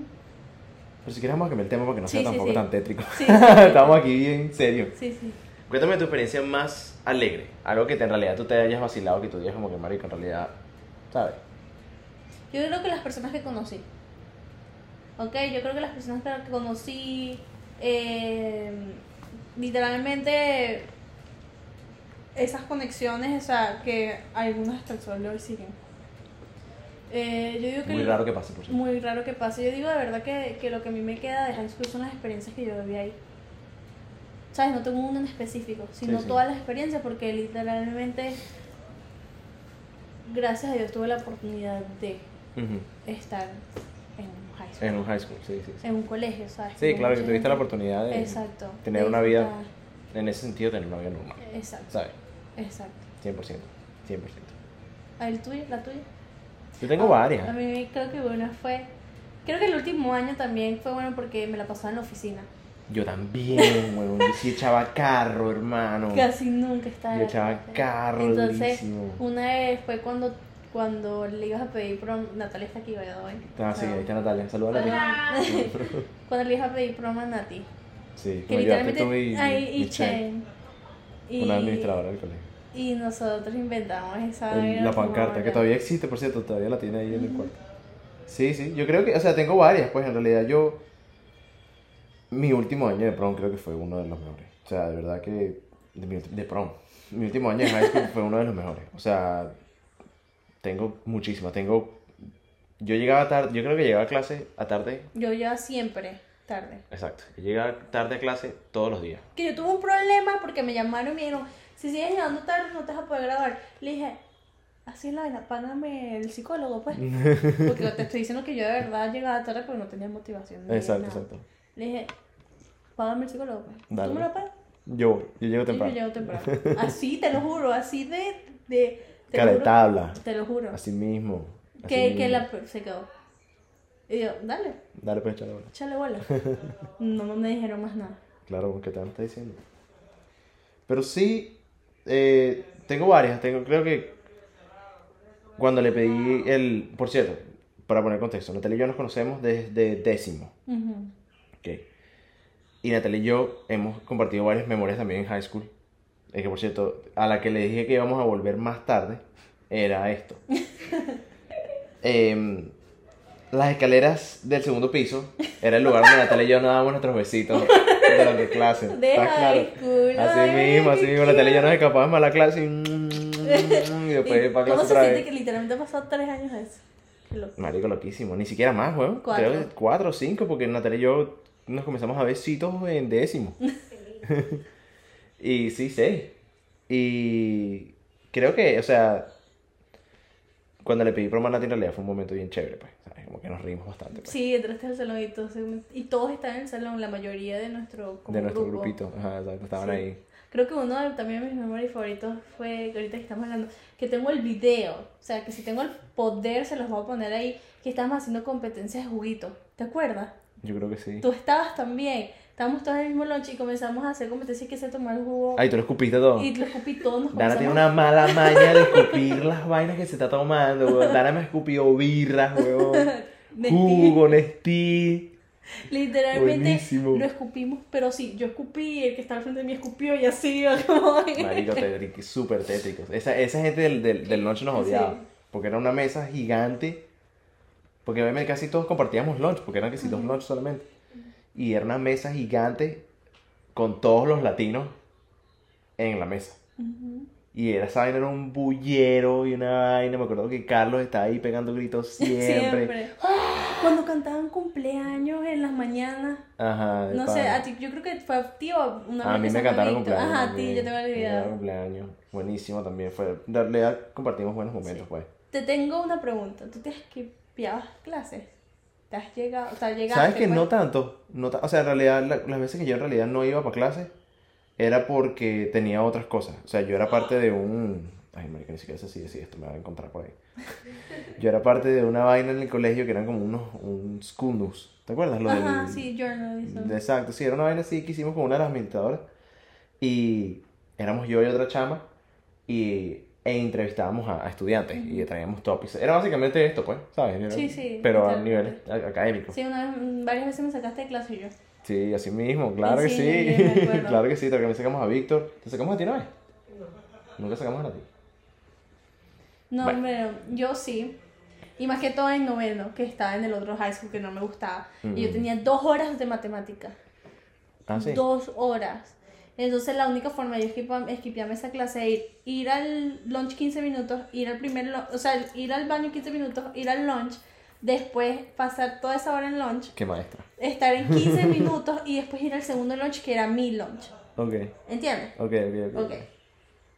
S1: Pero si quieres vamos a cambiar el tema porque no
S2: Sí,
S1: sea
S2: sí,
S1: tampoco
S2: sí.
S1: tan tétrico.
S2: Sí, sí, sí.
S1: Estamos aquí bien serio.
S2: Sí, sí.
S1: Cuéntame tu experiencia más alegre. Algo que te- en realidad tú te hayas vacilado, que tú digas como que marico, en realidad, ¿sabes?
S2: Yo creo que las personas que conocí. Ok, yo creo que las personas que conocí. eh, literalmente. Esas conexiones, o sea, que algunas hasta el sol de hoy siguen. Eh, yo digo que
S1: Muy raro que pase, por cierto.
S2: muy raro que pase. Yo digo de verdad que, que lo que a mí me queda de high school son las experiencias que yo viví ahí. ¿Sabes? No tengo una en específico, sino
S1: sí.
S2: todas las experiencias, porque literalmente, gracias a Dios, tuve la oportunidad de
S1: Ujú.
S2: estar en un high school,
S1: En un high school, sí, sí. sí.
S2: en un colegio, ¿sabes?
S1: Sí,
S2: Como
S1: claro, que
S2: mucha
S1: tuviste la
S2: gente.
S1: oportunidad de
S2: Exacto.
S1: tener
S2: de
S1: una vida,
S2: disfrutar.
S1: en ese sentido, tener una vida normal,
S2: Exacto,
S1: ¿sabes?
S2: exacto.
S1: 100%, 100%.
S2: ¿A el tuyo? ¿La tuya?
S1: Yo tengo
S2: Ah,
S1: varias.
S2: A mí creo que bueno fue. Creo que el último año también fue bueno porque me la pasaba en la oficina.
S1: Yo también, weón. Yo sí echaba carro, hermano.
S2: Casi nunca estaba. en
S1: Yo
S2: la
S1: echaba
S2: clase.
S1: carro
S2: Entonces,
S1: durísimo.
S2: una vez fue cuando, cuando le ibas a pedir prom. Natalia está aquí, by the way.
S1: Ah, sí, ahí está Natalia. Saludos a Natalia.
S2: Hola. Cuando le ibas a pedir prom a Nati.
S1: Sí,
S2: Que
S1: me ayudaste
S2: literalmente.
S1: tú y,
S2: ahí, y,
S1: y Chen,
S2: Chen. Y,
S1: una administradora del colegio.
S2: y nosotros inventamos esa.
S1: El-
S2: vaina
S1: la
S2: como
S1: pancarta, que
S2: ahora.
S1: todavía existe, por cierto, todavía la tiene ahí en el cuarto. Sí, sí, yo creo que, o sea, tengo varias, pues en realidad yo, mi último año de prom creo que fue uno de los mejores. O sea, de verdad que, de, mi ulti- de prom, mi último año de high school fue uno de los mejores. O sea, tengo muchísimas, tengo, yo llegaba tarde, yo creo que llegaba a clase a tarde,
S2: Yo ya siempre tarde.
S1: exacto, yo llegaba tarde a clase todos los días.
S2: Que yo tuve un problema porque me llamaron y me dijeron: si sigues llegando tarde, no te vas a poder graduar. Le dije. Así es la vaina, págame el psicólogo, pues. Porque te estoy diciendo que yo de verdad llegaba tarde porque no tenía motivación. ni
S1: Exacto,
S2: nada.
S1: exacto.
S2: Le dije, págame el psicólogo. pues.
S1: Dale.
S2: ¿Tú me lo pagas?
S1: Yo, voy, yo llego
S2: Y yo
S1: temprano.
S2: llego temprano. Así, te lo juro, así de... de te
S1: Cara
S2: lo
S1: de
S2: juro,
S1: tabla,
S2: Te lo juro.
S1: así mismo. así
S2: que que
S1: mismo.
S2: la, se quedó. Y yo, dale,
S1: Dale, pues, échale, bola.
S2: échale bola. No, no me dijeron más nada.
S1: Claro, porque te van a estar diciendo. Pero sí, eh, tengo varias. Tengo, creo que cuando le pedí el. Por cierto, para poner contexto, Natalia y yo nos conocemos desde décimo.
S2: Ujú.
S1: ¿ok? Y Natalia y yo hemos compartido varias memorias también en high school. Es que, por cierto, a la que le dije que íbamos a volver más tarde, era esto. Em, las escaleras del segundo piso era el lugar donde Natalia y yo nos dábamos nuestros besitos durante clase.
S2: De
S1: ¿Está claro?
S2: high school,
S1: Así
S2: ay,
S1: mismo, así
S2: qué
S1: mismo. Natalia y yo nos escapábamos a la clase y, mm, y después
S2: ¿Y
S1: para clase
S2: ¿Cómo se
S1: otra
S2: siente
S1: vez.
S2: que literalmente ha pasado tres años de eso? Qué loco.
S1: Marico, loquísimo. Ni siquiera más, weón.
S2: Cuatro.
S1: Creo que cuatro o cinco, porque Natalia y yo nos comenzamos a ver citos en décimo. y sí, seis. Y creo que, o sea, cuando le pedí promo a Nati, en realidad fue un momento bien chévere, pues. ¿sabes? Como que nos reímos bastante, pues.
S2: Sí, entraste al salón y todos, se- y todos están en el salón, la mayoría de nuestro como
S1: de nuestro
S2: grupo.
S1: grupito. Ajá, exacto, estaban
S2: Sí.
S1: ahí.
S2: Creo que uno de, también de mis memorias favoritos fue, que ahorita que estamos hablando, que tengo el video. O sea, que si tengo el poder, se los voy a poner ahí. Que estábamos haciendo competencias de juguito. ¿Te acuerdas?
S1: Yo creo que sí.
S2: Tú estabas también. Estábamos todos en el mismo lunch y comenzamos a hacer competencias que se tomar el jugo.
S1: Ay, tú lo escupiste todo.
S2: Y los cupitones nos
S1: Dana tiene
S2: comenzamos-
S1: una mala maña de escupir las vainas que se está tomando, weón. Dana me escupió birras, weón.
S2: Nestí.
S1: Jugo, Nestí.
S2: Literalmente
S1: Buenísimo.
S2: lo escupimos, pero sí, yo escupí, el que estaba al frente de mí escupió y así. como-
S1: Marico, tétrico, súper tétricos. Esa, esa gente del, del, del lunch nos odiaba.
S2: Sí.
S1: Porque era una mesa gigante. Porque obviamente casi todos compartíamos lunch, porque eran casi dos lunch solamente. Y era una mesa gigante con todos los latinos en la mesa.
S2: Ujú.
S1: Y era, esa vaina era un bullero y una vaina. Me acuerdo que Carlos estaba ahí pegando gritos siempre.
S2: Cuando cantaban cumpleaños en las mañanas.
S1: Ajá, de
S2: No
S1: pana.
S2: sé, a ti, yo creo que fue a ti o una
S1: A
S2: vez
S1: mí
S2: que
S1: me
S2: San
S1: cantaron
S2: Benito.
S1: cumpleaños.
S2: Ajá, a ti, yo
S1: también.
S2: te
S1: Me
S2: había
S1: cantaron
S2: olvidado.
S1: cumpleaños. Buenísimo también. Fue, en realidad compartimos buenos momentos,
S2: Sí.
S1: pues.
S2: Te tengo una pregunta. ¿Tú te esquipeabas clases? ¿Te has llegado? O sea, llegaste.
S1: ¿Sabes que
S2: pues?
S1: no tanto? No ta- o sea, en realidad, la- las veces que yo en realidad no iba para clases era porque tenía otras cosas. O sea, yo era parte de un. Ay, marica, ni siquiera sé si decir esto, me van a encontrar por ahí. Yo era parte de una vaina en el colegio que eran como unos, un school news. ¿Te acuerdas? Lo
S2: Ajá,
S1: del-
S2: sí, journalism.
S1: de- Exacto, sí, era una vaina así que hicimos con una de las administradoras. Y éramos yo y otra chama. Y e entrevistábamos a, a estudiantes y traíamos topics. Era básicamente esto, pues, ¿sabes? Era-
S2: Sí, sí,
S1: Pero a
S2: totalmente.
S1: nivel a- académico. Sí.
S2: Sí, una vez, varias veces me sacaste de clase yo.
S1: así mismo, claro que
S2: Sí,
S1: sí.
S2: me acuerdo.
S1: claro que sí, también sacamos a Víctor. ¿Te sacamos a ti una vez? Nunca sacamos a ti.
S2: No,
S1: Bueno.
S2: pero yo sí. Y más que todo en noveno, que estaba en el otro high school que no me gustaba. Y yo
S1: Mm.
S2: tenía dos horas de matemática.
S1: Ah, sí.
S2: Dos horas. Entonces la única forma de yo esquipa- esquipearme esa clase de ir, ir al lunch 15 minutos, ir al primer lu- o sea, ir al baño 15 minutos, ir al lunch, después pasar toda esa hora en lunch,
S1: Qué maestra.
S2: estar en 15 minutos y después ir al segundo lunch que era mi lunch.
S1: Ok,
S2: ¿Entiendes?
S1: ok, ok.
S2: Ok.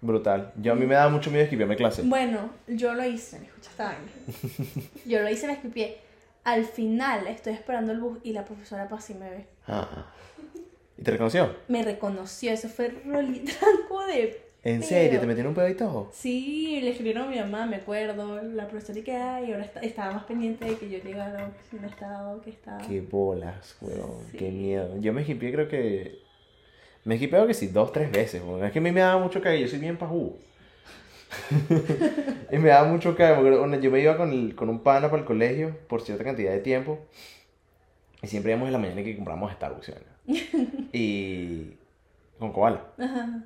S1: Brutal. Yo a mí me daba mucho miedo esquivarme clase.
S2: Bueno, yo lo hice, me escucha esta vaina. Yo lo hice, me esquipié. Al final estoy esperando el bus y la profesora pasó y me ve.
S1: Ah. ¿Y te reconoció?
S2: Me reconoció, eso fue roli- tranco de.
S1: ¿En
S2: Pero-
S1: serio? ¿Te metieron un pedo y todo?
S2: Sí, le escribieron a mi mamá, me acuerdo. La profesora y que ay, ahora está- estaba más pendiente de que yo llegara, que si no estaba, que estaba.
S1: Qué bolas, weón. Qué
S2: Sí.
S1: miedo. Yo me esquipié creo que... Me esquipeé creo que sí, dos, tres veces, weón. Es que a mí me daba mucho cague. Yo soy bien pajú. y me daba mucho cague. porque, bueno, yo me iba con, el- con un pana para el colegio por cierta cantidad de tiempo. Y siempre íbamos en la mañana que compramos Starbucks, ¿verdad? Y... Con koala.
S2: Ajá.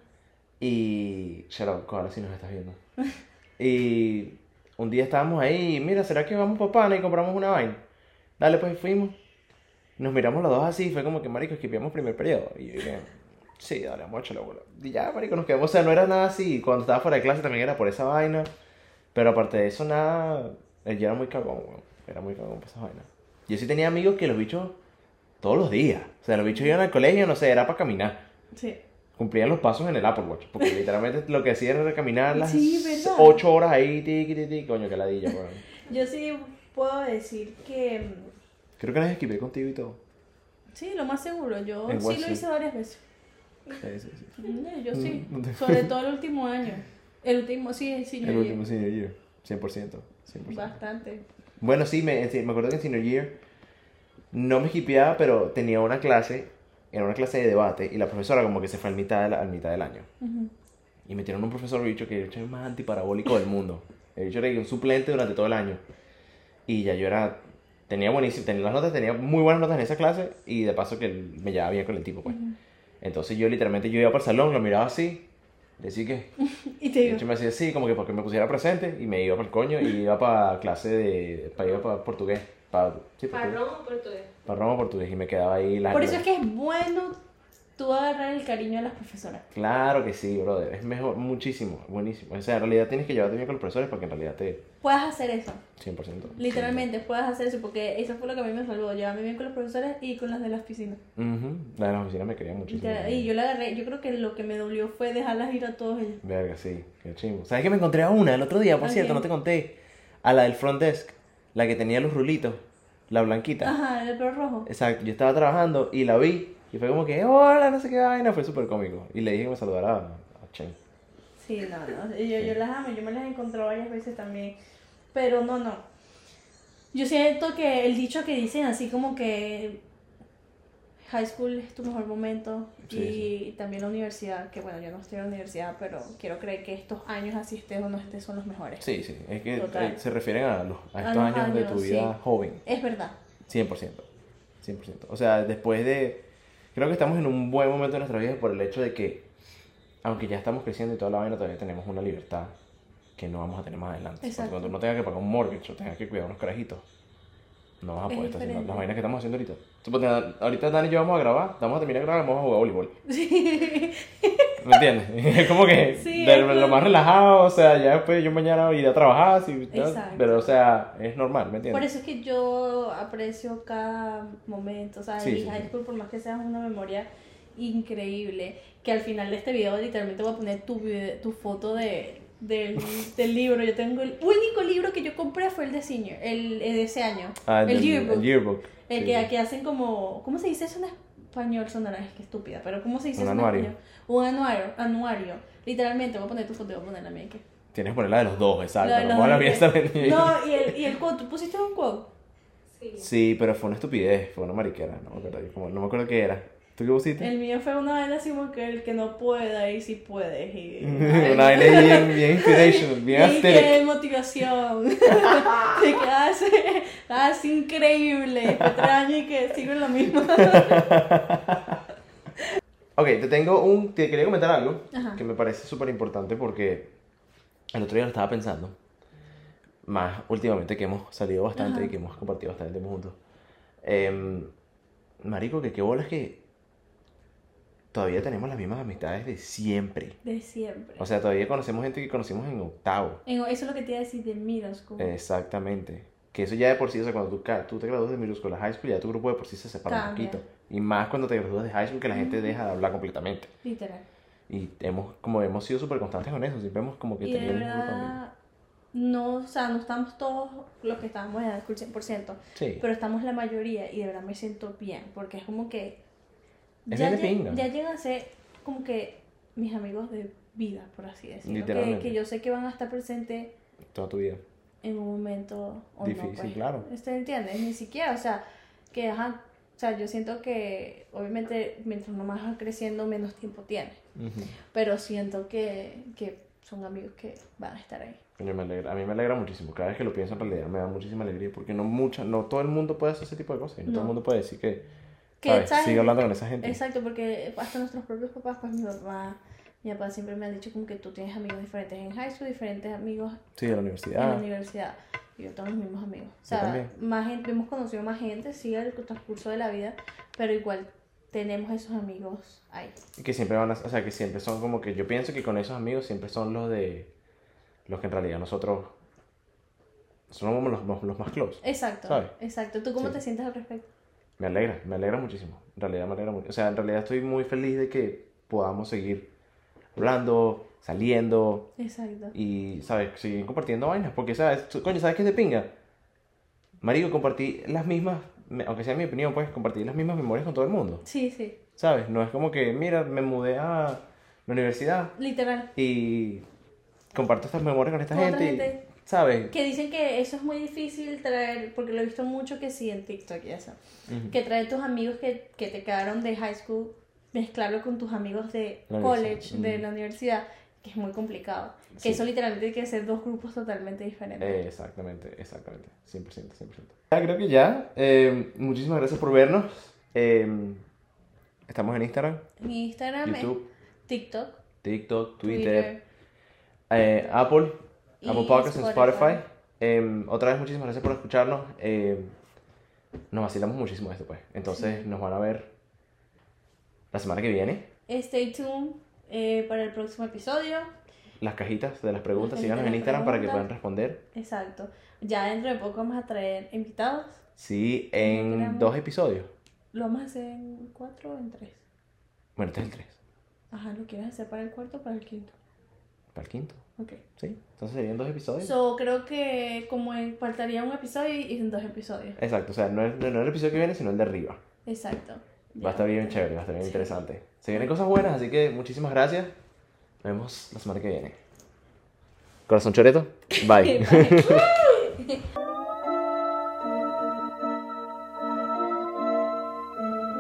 S1: Y. Shalom, ahora si nos estás viendo. Y. Un día estábamos ahí, y mira, ¿será que vamos para Pana y compramos una vaina? Dale, pues y fuimos. Nos miramos los dos así, fue como que, marico, esquipeamos primer periodo. Y yo dije, sí, dale, vamos a echarle bola. Y ya, marico, nos quedamos. O sea, no era nada así. Cuando estaba fuera de clase también era por esa vaina. Pero aparte de eso, nada. Yo era muy cagón, weón. Era muy cagón por esa vaina. Yo sí tenía amigos que los bichos todos los días. O sea, los bichos iban al colegio, no sé, era para caminar
S2: Sí.
S1: cumplían los pasos en el Apple Watch, porque literalmente lo que hacían era caminar las
S2: Sí, ¿verdad?
S1: 8 horas ahí, tiqui, tiqui, coño, que ladilla, weón.
S2: Yo sí puedo decir que. mm,
S1: Creo que las esquivé contigo y todo.
S2: Sí, lo más seguro. Yo
S1: En
S2: sí
S1: Wall
S2: lo
S1: Street.
S2: hice varias veces.
S1: Sí, sí, sí.
S2: No, Yo sí,
S1: Mm, no te-
S2: sobre todo el último año. El último, sí, sí, yo
S1: El último
S2: llegué
S1: senior year, 100%. 100%.
S2: bastante.
S1: Bueno, sí, me, sí, me acuerdo que en senior year no me esquipeaba, pero tenía una clase, era una clase de debate, y la profesora como que se fue al mitad, de la- al mitad del año.
S2: Ujú.
S1: Y metieron un profesor bicho que el bicho es el más antiparabólico del mundo. El bicho era un suplente durante todo el año. Y ya yo era. Tenía buenísimo, tenía las notas, tenía muy buenas notas en esa clase. Y de paso que me llevaba bien con el tipo, pues. Entonces yo literalmente yo iba para el salón, lo miraba así. Decía que.
S2: Y te
S1: El
S2: digo,
S1: bicho me hacía así, como que para que me pusiera presente. Y me iba para el coño y iba para clase de. Para iba para portugués. Para, sí, portugués.
S3: Parrón o portugués.
S1: Para Roma portugués. Y me quedaba ahí las.
S2: por eso es que es bueno tú agarrar el cariño de las profesoras.
S1: Claro que sí, brother. Es mejor, muchísimo, buenísimo. O sea, en realidad tienes que llevarte bien con los profesores para que en realidad te.
S2: Puedes hacer eso,
S1: 100%.
S2: literalmente, puedes hacer eso, porque eso fue lo que a mí me salvó. Llevarme bien con los profesores y con las de las piscinas.
S1: Ujú, La de las oficinas me quería
S2: Y,
S1: muchísimo.
S2: te- y yo la agarré, yo creo que lo que me dolió fue dejarlas ir a todos ellos.
S1: Verga, sí, qué chingo. ¿Sabes que me encontré a una el otro día, por
S2: ¿A
S1: cierto?
S2: quién?
S1: No te conté. A la del front desk, la que tenía los rulitos, la blanquita.
S2: Ajá, el perro rojo.
S1: Exacto, yo estaba trabajando y la vi. Y fue como que, hola, no sé qué vaina. Fue súper cómico. Y le dije que me saludara a, a Chen.
S2: Sí, no, no. Yo, yo las amo, yo me las he encontrado varias veces también. Pero no, no. Yo siento que el dicho que dicen así como que high school es tu mejor momento
S1: Sí,
S2: y también la universidad, que bueno, yo no estoy en la universidad, pero quiero creer que estos años así estés o no estés son los mejores.
S1: Sí, sí, es que
S2: Total.
S1: eh, se refieren a, los, a
S2: A
S1: estos
S2: los
S1: años, de
S2: años,
S1: tu vida
S2: sí.
S1: joven.
S2: Es verdad.
S1: 100%. 100%. O sea, después de... Creo que estamos en un buen momento de nuestra vida por el hecho de que, aunque ya estamos creciendo y toda la vaina, todavía tenemos una libertad que no vamos a tener más adelante. Porque
S2: Exacto.
S1: cuando uno tenga que pagar un mortgage o tenga que cuidar unos carajitos, no vas a
S2: Es
S1: poder estar haciendo
S2: diferente.
S1: las vainas que estamos haciendo ahorita. Suponte, ahorita Dani y yo vamos a grabar, vamos a terminar de grabar, vamos a jugar voleibol.
S2: Sí.
S1: ¿Me entiendes? Es como que
S2: Sí,
S1: de
S2: es
S1: lo
S2: como-
S1: más relajado, o sea, ya después yo mañana iré a trabajar, sí, tal,
S2: Exacto.
S1: pero o sea, es normal, ¿me entiendes?
S2: Por eso es que yo aprecio cada momento, o sea,
S1: Sí,
S2: mi
S1: sí,
S2: high
S1: sí.
S2: school, por más que sea una memoria increíble, que al final de este video literalmente voy a poner tu, vide- tu foto de, del, del libro. Yo tengo el único libro que yo compré fue el de senior, el, el de ese año,
S1: Ah,
S2: el yearbook.
S1: El yearbook.
S2: El
S1: sí,
S2: que
S1: sí.
S2: aquí hacen como, ¿cómo se dice eso en español? Sonará, es que estúpida, pero ¿cómo se dice
S1: Un
S2: eso en
S1: anuario.
S2: español? Un anuario, anuario. Literalmente voy a poner tu foto y voy a poner la mía aquí.
S1: Tienes que poner la de los dos, exacto.
S2: Lo de
S1: no
S2: los
S1: pongas la mía
S2: dos de-
S1: también.
S2: No, y el, y el quote, ¿tú pusiste un quote?
S3: Sí.
S1: Sí, pero fue una estupidez, fue una mariquera, no me acuerdo, yo como- no me acuerdo qué era. ¿Tú qué pusiste?
S2: El mío fue una vez así como que el que no pueda y si puedes. Y...
S1: Una vaina ahí bien, bien inspirational, bien
S2: y qué
S1: aesthetic.
S2: motivación. de ah, que hace, hace increíble. Extraño y que sigo en lo mismo.
S1: Ok, te tengo un. Te quería comentar algo
S2: Ajá.
S1: que me parece súper importante porque el otro día lo estaba pensando. Más últimamente que hemos salido bastante
S2: Ajá.
S1: y que hemos compartido bastante tiempo juntos. Em, marico, que qué bolas que. Todavía tenemos las mismas amistades de siempre.
S2: De siempre.
S1: O sea, todavía conocemos gente que conocimos en octavo.
S2: En- Eso es lo que te iba a decir de middle school.
S1: eh, Exactamente. Que eso ya de por sí, o sea, cuando tú, ca- tú te gradúas de middle school a high school, ya tu grupo de por sí se separa un
S2: Cambia.
S1: poquito. Y más cuando te gradúas de high school, que la gente deja de hablar completamente.
S2: Literal.
S1: Y hemos, como hemos sido súper constantes con eso, siempre hemos como que
S2: Y de
S1: tenido el mismo camino.
S2: verdad, no, o sea, no estamos todos los que estábamos en el 100%,
S1: Sí.
S2: pero estamos la mayoría y de verdad me siento bien, porque es como que
S1: Es
S2: ya,
S1: bien de
S2: lle-
S1: pinga.
S2: ya llegan a ser como que mis amigos de vida, por así decirlo, que,
S1: Literalmente.
S2: que yo sé que van a estar presentes
S1: Toda tu vida.
S2: en un momento o no,
S1: Difícil,
S2: pues.
S1: claro.
S2: ¿Usted entiende? Ni siquiera, o sea, que ajá, o sea, yo siento que obviamente mientras uno más va creciendo, menos tiempo tiene,
S1: Ujú.
S2: pero siento que, que son amigos que van a estar ahí.
S1: Coño, me alegra- a mí me alegra muchísimo. Cada vez que lo pienso en realidad me da muchísima alegría porque no mucha, no todo el mundo puede hacer ese tipo de cosas. Y no, todo
S2: No.
S1: el mundo puede decir que,
S2: Que,
S1: ¿sabes?
S2: ¿sabes?
S1: Sigue hablando con esa gente.
S2: Exacto, porque hasta nuestros propios papás, pues mi papá, mi papá siempre me han dicho como que tú tienes amigos diferentes en high school, diferentes amigos
S1: Sí, de la
S2: en la
S1: universidad.
S2: universidad. Y yo tengo los mismos amigos. O sea,
S1: también.
S2: más gente, hemos conocido más gente, sí, al transcurso de la vida, pero igual tenemos esos amigos ahí.
S1: que siempre van a, o sea, que siempre son como que yo pienso que con esos amigos siempre son los de los que en realidad nosotros somos los, los, los más close.
S2: Exacto,
S1: ¿Sabes?
S2: exacto. ¿Tú cómo
S1: Sí.
S2: te sientes al respecto?
S1: Me alegra, me alegra muchísimo. En realidad me alegra mucho. O sea, en realidad estoy muy feliz de que podamos seguir hablando, saliendo
S2: Exacto.
S1: y, ¿sabes? Seguir compartiendo vainas. Porque, ¿sabes? Tú- Coño, ¿sabes qué es de pinga? Marico, compartí las mismas, me- aunque sea mi opinión, pues compartí las mismas memorias con todo el mundo.
S2: Sí, sí,
S1: ¿Sabes? No es como que, mira, me mudé a la universidad
S2: literal.
S1: y comparto estas memorias con esta
S2: Con otra
S1: gente, y,
S2: gente.
S1: ¿sabes?
S2: Que dicen que eso es muy difícil traer, porque lo he visto mucho que sí en TikTok y eso.
S1: Ujú.
S2: que trae tus amigos que, que te quedaron de high school, mezclarlo con tus amigos de
S1: La
S2: college,
S1: universidad. Mm.
S2: de la universidad, que es muy complicado. Que
S1: Sí.
S2: eso literalmente hay que ser dos grupos totalmente diferentes.
S1: Eh, exactamente, exactamente, 100%, 100%. Ya, creo que ya, eh, muchísimas gracias por vernos. eh, estamos en Instagram,
S2: en Instagram, es
S1: YouTube,
S2: TikTok,
S1: TikTok, Twitter,
S2: Twitter,
S1: eh, Apple,
S2: Y
S1: Apple Podcasts, en Spotify.
S2: Spotify.
S1: Eh, otra vez, muchísimas gracias por escucharnos. eh, nos vacilamos muchísimo esto, pues. Entonces, nos van a ver la semana que viene.
S2: Stay tuned eh, para el próximo episodio.
S1: Las cajitas de las preguntas,
S2: cajitas
S1: síganos
S2: de
S1: en
S2: las
S1: Instagram para que
S2: preguntas.
S1: puedan responder.
S2: Exacto. Ya dentro de poco vamos a traer invitados.
S1: Sí,
S2: No
S1: en
S2: grabamos.
S1: dos episodios.
S2: ¿Lo vamos a hacer en cuatro o en tres?
S1: Bueno, este es el 3.
S2: Ajá, ¿lo quieres hacer para el cuarto o para el quinto?
S1: Para el quinto.
S2: Ok.
S1: Sí. Entonces serían dos episodios.
S2: So, creo que como en- faltaría un episodio y en dos episodios.
S1: Exacto. O sea, no es, no es el episodio que viene, sino el de arriba.
S2: Exacto.
S1: Va a estar bien chévere, va a estar bien interesante. Se vienen cosas buenas, así que muchísimas gracias. Nos vemos la semana que viene. Corazón Choreto. Bye.
S2: Bye.